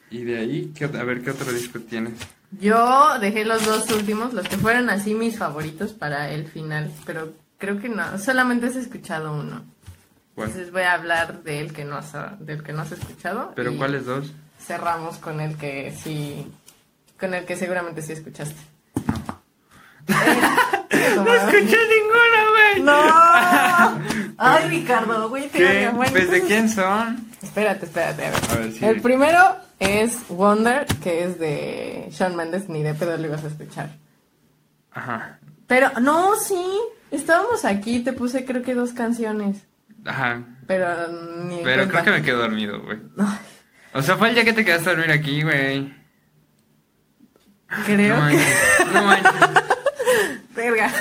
S2: Y de ahí, ¿qué ot- a ver, ¿qué otro disco tienes?
S1: Yo dejé los dos últimos, los que fueron así mis favoritos para el final, pero creo que no, solamente has escuchado uno.
S2: ¿Cuál?
S1: Entonces voy a hablar del que no has, del que no has escuchado.
S2: ¿Pero
S1: y
S2: cuáles dos?
S1: Cerramos con el que sí, con el que seguramente sí escuchaste. No.
S2: ninguno, güey!
S1: ¡No! Ay, Ricardo, güey, te
S2: ¿Qué?
S1: odio. Bueno,
S2: ¿Pues de
S1: entonces-
S2: quién son?
S1: Espérate, espérate, a ver.
S2: A ver, sí.
S1: El primero es Wonder, que es de Shawn Mendes, ni de pedo lo ibas a escuchar.
S2: Ajá,
S1: Pero, no, sí, estábamos aquí, te puse creo que dos canciones,
S2: ajá.
S1: pero ni en
S2: Pero
S1: Eh, cuenta.
S2: creo que me quedo dormido, güey. O sea, fue el día que te quedaste a dormir aquí, güey.
S1: Creo
S2: no
S1: que...
S2: manches, no manches.
S1: Verga.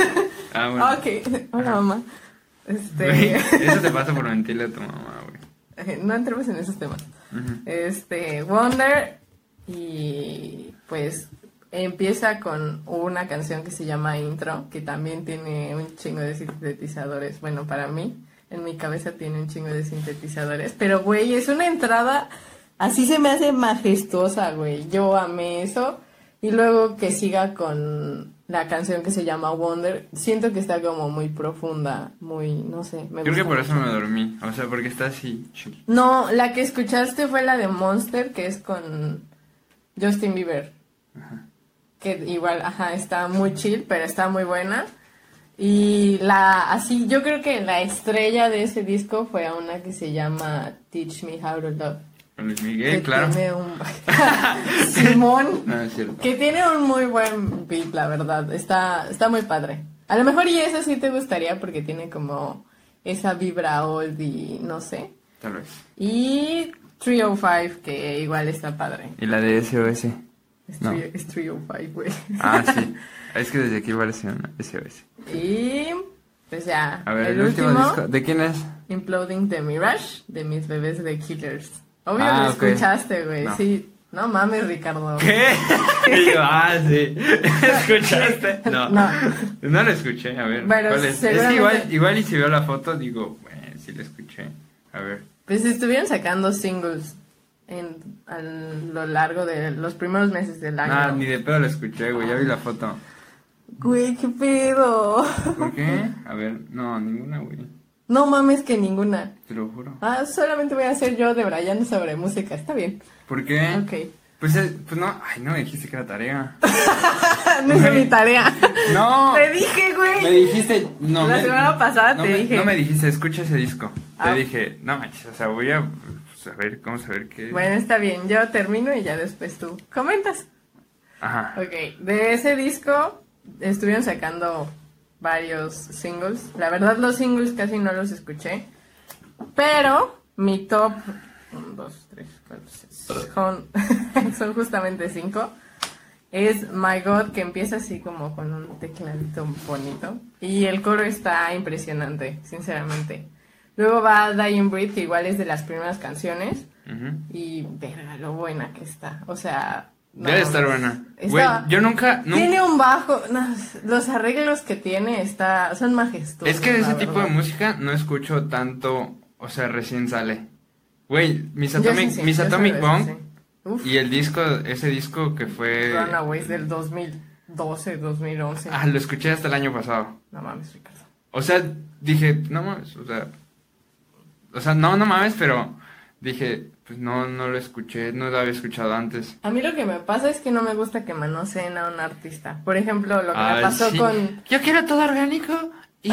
S2: Ah, bueno.
S1: Ok, hola mamá.
S2: Güey,
S1: Este...
S2: Eso te pasa por mentirle a tu mamá, güey.
S1: no entremos en esos temas.
S2: Ujú.
S1: Este, Wonder. Y pues empieza con una canción que se llama Intro, que también tiene un chingo de sintetizadores. Bueno, para mí, en mi cabeza tiene un chingo de sintetizadores. Pero, güey, es una entrada, así se me hace majestuosa, güey. Yo amé eso. Y luego que siga con la canción que se llama Wonder, siento que está como muy profunda, muy, no sé, me
S2: Creo que
S1: gusta
S2: por
S1: mucho.
S2: eso me dormí. O sea, porque está así. chiqui.
S1: No, la que escuchaste fue la de Monster, que es con Justin Bieber. Que igual, ajá, está muy chill, pero está muy buena. Y la, así, yo creo que la estrella de ese disco fue una que se llama Teach Me How to Love.
S2: Con Luis
S1: que
S2: Miguel, claro.
S1: tiene un- Simón.
S2: No, es cierto.
S1: Que tiene un muy buen beat, la verdad. Está, está muy padre. A lo mejor y esa sí te gustaría porque tiene como esa vibra old y no sé.
S2: Tal vez.
S1: Y 305, que igual está padre.
S2: Y la de SOS.
S1: Es,
S2: No.
S1: 3- es 305, güey.
S2: Ah, sí. Es que desde aquí parece una SOS.
S1: y pues ya,
S2: A ver,
S1: el, último,
S2: disco. ¿De quién es?
S1: Imploding the Mirage, de mis bebés de Killers. Obvio
S2: Ah,
S1: lo
S2: ok.
S1: escuchaste, güey.
S2: No.
S1: Sí. No mames, Ricardo.
S2: ¿Qué? Y yo, ah, sí. ¿Escuchaste? No.
S1: No.
S2: No lo escuché, a ver.
S1: Bueno,
S2: ¿cuál es? Es
S1: seguramente-
S2: igual, igual y si veo la foto digo, bueno, sí la escuché. A ver.
S1: Pues estuvieron sacando singles en, a lo largo de los primeros meses del año.
S2: Ah, ni de pedo la escuché, güey. Ya vi la foto.
S1: Güey, qué pedo.
S2: ¿Por qué? A ver, no, ninguna, güey.
S1: No mames que ninguna.
S2: Te lo juro.
S1: Ah, solamente voy a hacer yo de Brian sobre música. Está bien.
S2: ¿Por qué?
S1: Ok.
S2: Pues, eh, pues no, ay, no me dijiste que era tarea.
S1: No hice mi tarea.
S2: No,
S1: Te dije,
S2: me
S1: güey.
S2: dijiste, no.
S1: La
S2: me-
S1: semana pasada
S2: no
S1: te
S2: me-
S1: dije.
S2: No me dijiste, escucha ese disco.
S1: Ah.
S2: Te dije, no manches, o sea, voy a saber, cómo saber qué.
S1: Bueno, está bien. Yo termino y ya después tú comentas.
S2: Ajá.
S1: Ok. De ese disco estuvieron sacando varios singles. La verdad, los singles casi no los escuché. Pero mi top. Un, dos, tres, cuatro, seis. Son, son justamente cinco. Es My God, que empieza así como con un tecladito bonito. Y el coro está impresionante, sinceramente. Luego va Dying Breed, que igual es de las primeras canciones.
S2: Ujú.
S1: Y verga, lo buena que está. O sea,
S2: Debe
S1: No,
S2: estar
S1: no.
S2: buena.
S1: Está-
S2: Güey, yo nunca. nu-
S1: Tiene un bajo, no, los arreglos que tiene está, son majestuosos.
S2: Es que de ese
S1: la
S2: tipo de
S1: verdad.
S2: música no escucho tanto. O sea, recién sale. Güey, mis
S1: Yo sí,
S2: Atomic,
S1: sí,
S2: mis
S1: yo sí,
S2: Atomic
S1: sí,
S2: Bomb
S1: sí. Uf,
S2: y el disco, ese disco que fue.
S1: Runaways del 2012, 2011.
S2: Ah, lo escuché hasta el año pasado.
S1: No mames, Ricardo.
S2: O sea, dije, no mames, o sea. O sea, no, no mames, pero dije, pues no, no lo escuché, no lo había escuchado antes.
S1: A mí lo que me pasa es que no me gusta que manoseen a un artista. Por ejemplo, lo que
S2: Ay,
S1: me pasó
S2: sí.
S1: con...
S2: Yo quiero todo orgánico y.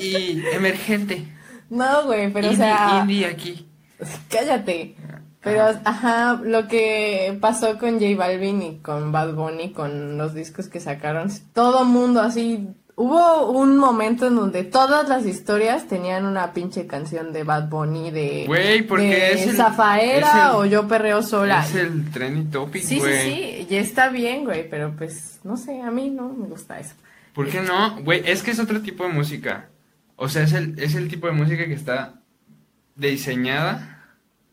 S2: y emergente.
S1: No, güey, pero o
S2: Indie-
S1: sea...
S2: indie aquí.
S1: Cállate. Pero, ajá, lo que pasó con J Balvin y con Bad Bunny, con los discos que sacaron, todo mundo así. Hubo un momento en donde todas las historias tenían una pinche canción de Bad Bunny, de.
S2: Güey, porque
S1: de
S2: es el-
S1: Zafaera
S2: es el-
S1: o Yo Perreo Sola.
S2: Es el trending topic,
S1: Sí, sí,
S2: güey.
S1: sí, y está bien, güey, pero pues, no sé, a mí no me gusta eso.
S2: ¿Por qué no? Güey, es que es otro tipo de música. O sea, es el, es el tipo de música que está diseñada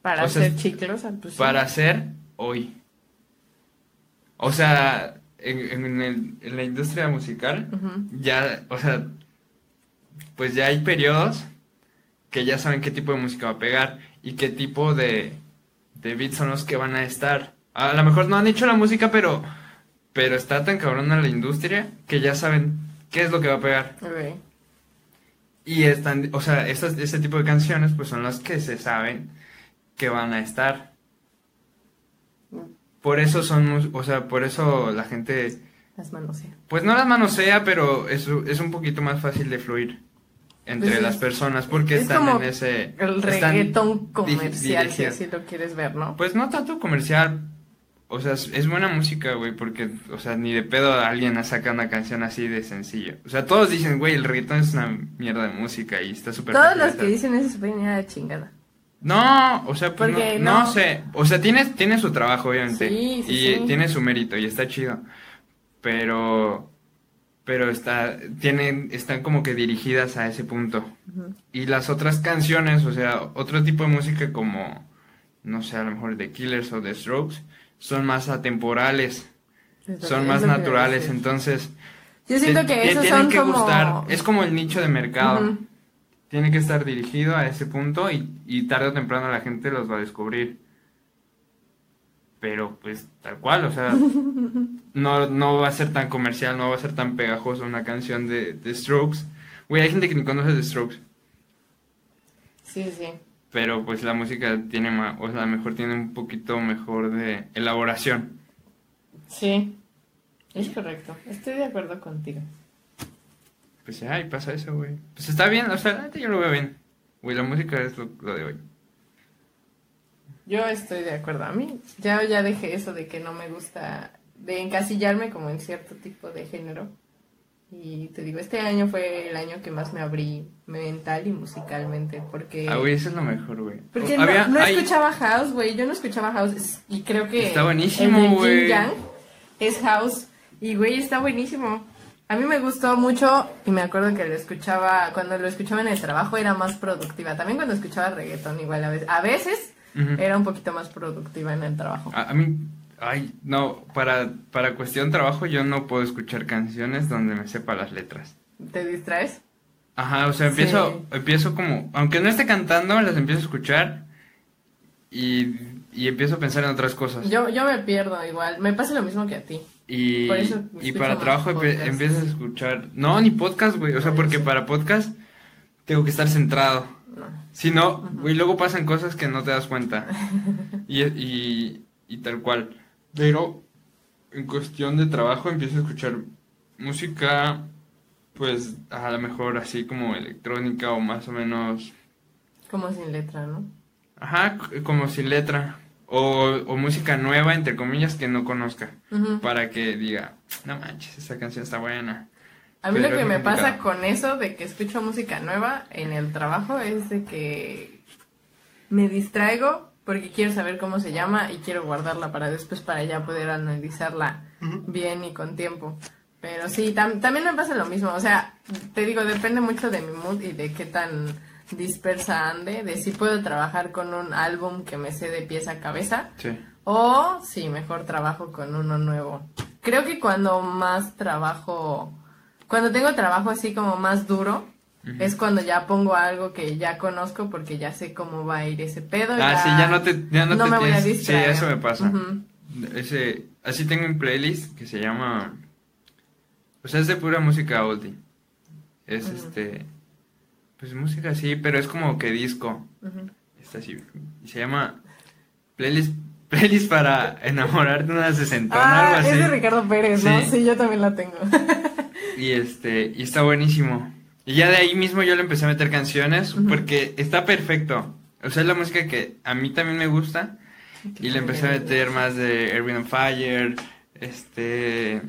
S1: Para
S2: O sea,
S1: hacer chiclos, ah, pues, sí.
S2: para hacer hoy. O sea, en, en el- en la industria musical,
S1: Ujú.
S2: ya, o sea, pues ya hay periodos que ya saben qué tipo de música va a pegar y qué tipo de, de beats son los que van a estar. A lo mejor no han hecho la música, pero, pero está tan cabrona la industria que ya saben qué es lo que va a pegar.
S1: Ok.
S2: Y están, o sea, esas- ese tipo de canciones pues son las que se saben que van a estar. Por eso son, mus- o sea, por eso la gente,
S1: Las manosea.
S2: pues no las manosea, pero es, es un poquito más fácil de fluir entre
S1: Pues es-
S2: las personas porque
S1: es
S2: están
S1: como
S2: en ese...
S1: El
S2: están
S1: reggaetón
S2: di-
S1: comercial, si
S2: dirigidas.
S1: así lo quieres ver, ¿no?
S2: Pues no tanto comercial, o sea, es, es buena música, güey, porque, o sea, ni de pedo alguien saca una canción así de sencillo. O sea, todos dicen, güey, el reggaetón es una mierda de música y está súper...
S1: Todos
S2: fácil de
S1: los que
S2: hacer".
S1: dicen eso se pueden ir a la chingada.
S2: No, o sea, pues
S1: Porque
S2: no, no
S1: no.
S2: sé. O sea, tiene, tiene su trabajo, obviamente.
S1: Sí, sí,
S2: y
S1: sí.
S2: tiene su mérito y está chido. Pero. Pero está, tienen, están como que dirigidas a ese punto.
S1: Ujú.
S2: Y las otras canciones, o sea, otro tipo de música como, no sé, a lo mejor The Killers o The Strokes, son más atemporales,
S1: Es lo
S2: son
S1: que-
S2: más
S1: es lo que
S2: naturales.
S1: voy a decir.
S2: Entonces,
S1: Yo siento
S2: te-
S1: que
S2: te
S1: esos
S2: tienen
S1: son
S2: que
S1: como...
S2: gustar. Es como el nicho de mercado.
S1: Ujú.
S2: Tiene que estar dirigido a ese punto y, y tarde o temprano la gente los va a descubrir. Pero pues tal cual, o sea, no, no va a ser tan comercial, no va a ser tan pegajoso una canción de, de Strokes. Güey, hay gente que ni conoce de Strokes,
S1: Sí, sí.
S2: pero pues la música tiene más, o sea, a lo mejor tiene un poquito mejor de elaboración.
S1: Sí. Es correcto. Estoy de acuerdo contigo.
S2: Pues ay, pasa eso, güey. Pues está bien, o sea, yo lo veo bien. Güey, la música es lo, lo de hoy.
S1: Yo estoy de acuerdo. A mí ya, ya dejé eso de que no me gusta... De encasillarme como en cierto tipo de género. Y te digo, este año fue el año que más me abrí mental y musicalmente. Porque...
S2: Ah, güey, eso es lo mejor, güey.
S1: Porque no-
S2: Había-
S1: no,
S2: hay-
S1: escuchaba house, güey. Yo no escuchaba house. es- Y creo que.
S2: Está buenísimo,
S1: el de Jin
S2: güey.
S1: Yang Es house. Y, güey, está buenísimo. A mí me gustó mucho. Y me acuerdo que lo escuchaba. Cuando lo escuchaba en el trabajo era más productiva. También cuando escuchaba reggaetón, igual a veces. A veces
S2: Ujú.
S1: era un poquito más productiva en el trabajo.
S2: A, a mí, ay, no, para, para cuestión trabajo yo no puedo escuchar canciones donde me sepa las letras.
S1: ¿Te distraes?
S2: Ajá, o
S1: Sí.
S2: sea, empiezo, empiezo como, aunque no esté cantando, las empiezo a escuchar y, y empiezo a pensar en otras cosas.
S1: Yo, yo me pierdo igual. Me pasa lo mismo que a ti.
S2: y,
S1: por eso
S2: y
S1: escucho
S2: para
S1: más
S2: trabajo empie-
S1: podcasts.
S2: empiezas a escuchar, no, ni podcast, güey, o sea,
S1: Ay,
S2: porque
S1: sí.
S2: para podcast tengo que estar centrado.
S1: No.
S2: Si no, güey, luego pasan cosas que no te das cuenta. Y, y- y tal cual. Pero en cuestión de trabajo empiezo a escuchar música, pues a lo mejor así como electrónica o más o menos,
S1: Como sin letra, ¿no?
S2: ajá, c- como sin letra. O, o música nueva, entre comillas, que no conozca.
S1: Ujú.
S2: Para que diga, no manches, esta canción está buena.
S1: A mí lo
S2: Pero
S1: que
S2: es
S1: me
S2: complicado.
S1: pasa con eso de que escucho música nueva en el trabajo es de que me distraigo porque quiero saber cómo se llama y quiero guardarla para después para ya poder analizarla bien y con tiempo. Pero sí, tam- también me pasa lo mismo. O sea, te digo, depende mucho de mi mood y de qué tan dispersa ande, de si puedo trabajar con un álbum que me sé de pies a cabeza
S2: Sí.
S1: O sí, mejor trabajo con uno nuevo. Creo que cuando más trabajo, cuando tengo trabajo así como más duro, es cuando ya pongo algo que ya conozco porque ya sé cómo va a ir ese pedo.
S2: Ah, sí, ya no te, ya no
S1: no
S2: te
S1: me voy a
S2: tienes-
S1: distraer.
S2: Sí, eso me pasa.
S1: Ujú.
S2: Ese, así tengo un playlist que se llama. Pues es de pura música oldie. Es
S1: Ujú.
S2: este. Pues música así, pero es como que disco.
S1: Ujú.
S2: Está así. Y se llama. Playlist, playlist para enamorar de una sesentona,
S1: Ah,
S2: algo
S1: es
S2: así.
S1: de Ricardo Pérez, ¿no?
S2: Sí.
S1: Sí, yo también la tengo.
S2: Y este, y está buenísimo. Y ya de ahí mismo yo le empecé a meter canciones
S1: Ujú.
S2: porque está perfecto. O sea, es la música que a mí también me gusta. Y le empecé a meter más de Erwin on Fire, este,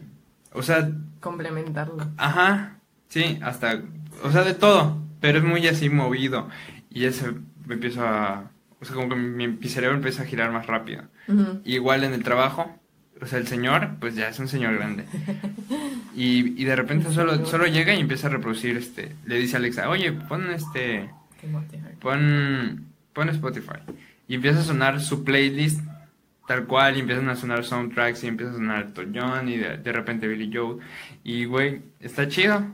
S2: o sea,
S1: Complementarlo.
S2: ajá, sí, hasta, o sea, de todo, pero es muy así movido. Y ese me empiezo a, o sea, como que mi, mi cerebro empieza a girar más rápido.
S1: Ujú.
S2: Igual en el trabajo, o sea, el señor, pues ya es un señor grande. Y, y de repente solo, solo llega y empieza a reproducir, este, le dice a Alexa, oye, pon este,
S1: Qué motivador.
S2: pon, pon Spotify. Y empieza a sonar su playlist tal cual, y empiezan a sonar soundtracks, y empieza a sonar Elton John, y de, de repente Billy Joe. Y, güey, está chido.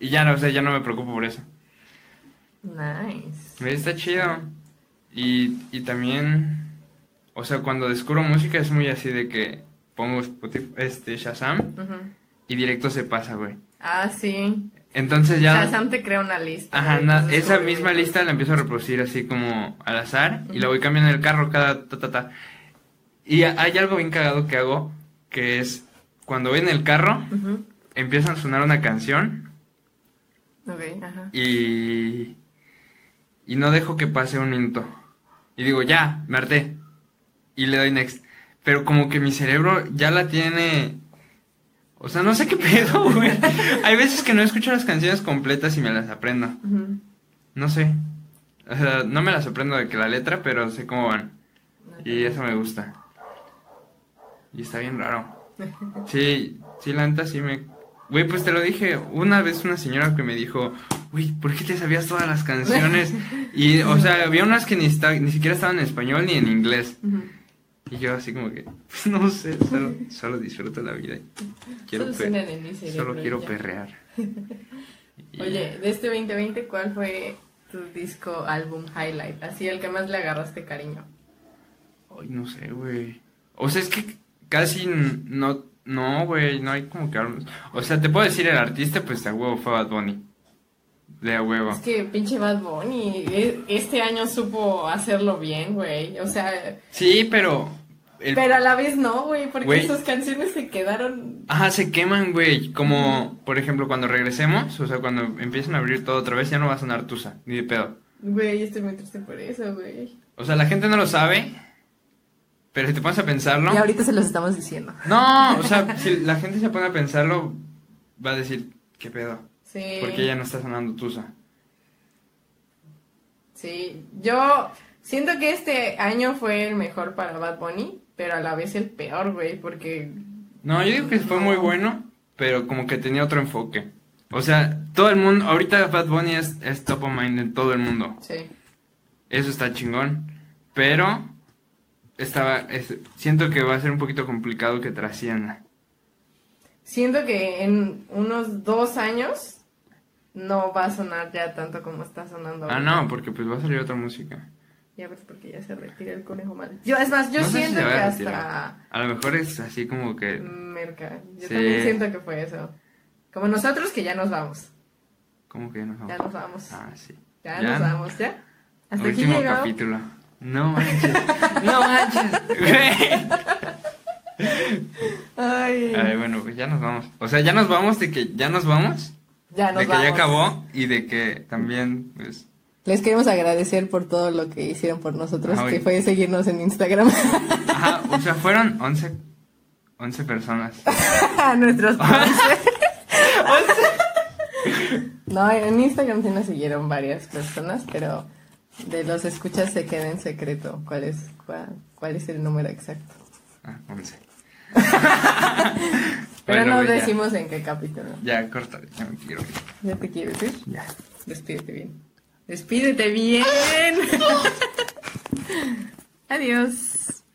S2: Y ya, no, o sea, ya no me preocupo por eso.
S1: Nice.
S2: Güey, Está chido. Y, y también, o sea, cuando descubro música es muy así de que pongo Spotify, este, Shazam,
S1: Ujú.
S2: y directo se pasa, güey.
S1: Ah, sí.
S2: Entonces ya...
S1: Shazam te crea una lista.
S2: Ajá,
S1: ¿no?
S2: na-
S1: Entonces,
S2: esa
S1: como-
S2: misma lista la empiezo a reproducir así como al azar y la voy cambiando en el carro cada ta ta ta. Y a- hay algo bien cagado que hago que es cuando voy en el carro
S1: Ujú.
S2: empiezan a sonar una canción
S1: Ok, ajá.
S2: y y no dejo que pase un minuto. Y digo, ya, me harté. Y le doy next. Pero como que mi cerebro ya la tiene o sea, no sé qué pedo, güey. Hay veces que no escucho las canciones completas y me las aprendo.
S1: Ujú.
S2: No sé. O sea, no me la sorprendo de que la letra, pero sé cómo van. Y eso me gusta. Y está bien raro. Sí, sí, la neta sí me... Güey, pues te lo dije una vez una señora que me dijo, güey, ¿por qué te sabías todas las canciones? Y, o sea, había unas que ni, esta- ni siquiera estaban en español ni en inglés.
S1: Ujú.
S2: Y yo así como que, "Pues no sé, solo, solo disfruto la vida. Quiero,
S1: Solo
S2: pe-
S1: suenan en mi cerebro
S2: solo quiero
S1: ya.
S2: perrear. Y-
S1: Oye, de este 2020, ¿cuál fue tu disco, álbum, highlight? Así, el que más le agarraste cariño.
S2: Ay, no sé, güey. O sea, es que casi n- no, no, güey, no hay como que álbumes. O sea, te puedo decir el artista, pues de a huevo fue Bad Bunny. De a huevo.
S1: Es que pinche Bad Bunny, e- este año supo hacerlo bien, güey. O sea,
S2: Sí, pero... el-
S1: pero a la vez no, güey, porque
S2: Güey.
S1: sus canciones se quedaron...
S2: Ajá, se queman, güey. Como, por ejemplo, cuando regresemos, o sea, cuando empiecen a abrir todo otra vez, ya no va a sonar Tusa, ni de pedo.
S1: Güey, estoy muy triste por eso, güey.
S2: O sea, la gente no lo sabe, pero si te pones a pensarlo...
S1: Y ahorita se los estamos diciendo.
S2: No, o sea, si la gente se pone a pensarlo, va a decir, ¿qué pedo?
S1: Sí.
S2: Porque ya no está sonando Tusa.
S1: Sí, yo siento que este año fue el mejor para Bad Bunny, pero a la vez el peor, güey, porque...
S2: No, yo digo que fue muy bueno, pero como que tenía otro enfoque. O sea, todo el mundo, ahorita Bad Bunny es, es top of mind en todo el mundo.
S1: Sí.
S2: Eso está chingón. Pero estaba, es- siento que va a ser un poquito complicado que trascienda.
S1: Siento que en unos dos años no va a sonar ya tanto como está sonando.
S2: Ah,
S1: ahora.
S2: no, porque pues va a salir otra música.
S1: Ya ves porque ya se retira el conejo mal. Yo, es más, yo
S2: No sé si
S1: siento
S2: se
S1: que
S2: vaya a
S1: hasta
S2: retirar. A lo mejor es así como que,
S1: Merca. Yo
S2: Sí.
S1: también siento que fue eso. Como nosotros que ya nos vamos.
S2: como que no.
S1: Ya nos vamos.
S2: Ah, sí.
S1: Ya,
S2: Ya.
S1: nos vamos, ya. Hasta aquí
S2: Último
S1: llegamos.
S2: capítulo. No manches. no manches. Güey.
S1: Ay.
S2: Ay, bueno, pues ya nos vamos. O sea, ya nos vamos de que ya nos vamos.
S1: Ya nos
S2: de que
S1: vamos.
S2: ya acabó y de que también, pues,
S1: Les queremos agradecer por todo lo que hicieron por nosotros,
S2: Ay.
S1: que fue seguirnos en Instagram.
S2: ajá, o sea, fueron 11, 11 personas.
S1: A nuestros
S2: Ah.
S1: No, en Instagram sí nos siguieron varias personas, pero de los escuchas se queda en secreto cuál es, cuál, cuál es el número exacto.
S2: Ah, 11.
S1: Pero
S2: Bueno,
S1: no
S2: pues ya.
S1: decimos en qué capítulo.
S2: Ya, corta, ya me quiero ir.
S1: ¿Ya te quiero decir?
S2: Ya.
S1: Despídete bien. ¡Despídete bien! Adiós.